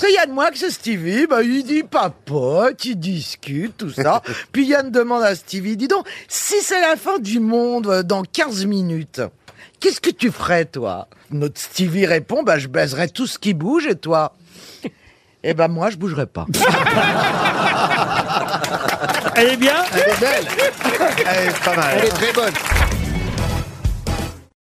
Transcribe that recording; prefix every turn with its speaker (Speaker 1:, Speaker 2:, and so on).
Speaker 1: que Yann Moix et Stevie, bah, il dit papote, il discute, tout ça. Puis Yann demande à Stevie, dis donc, si c'est la fin du monde euh, dans 15 minutes, qu'est-ce que tu ferais, toi Notre Stevie répond, bah, je baiserais tout ce qui bouge, et toi Eh ben, moi, je bougerais pas.
Speaker 2: Elle est bien
Speaker 3: Elle est belle. Elle est pas mal.
Speaker 4: Elle est très bonne.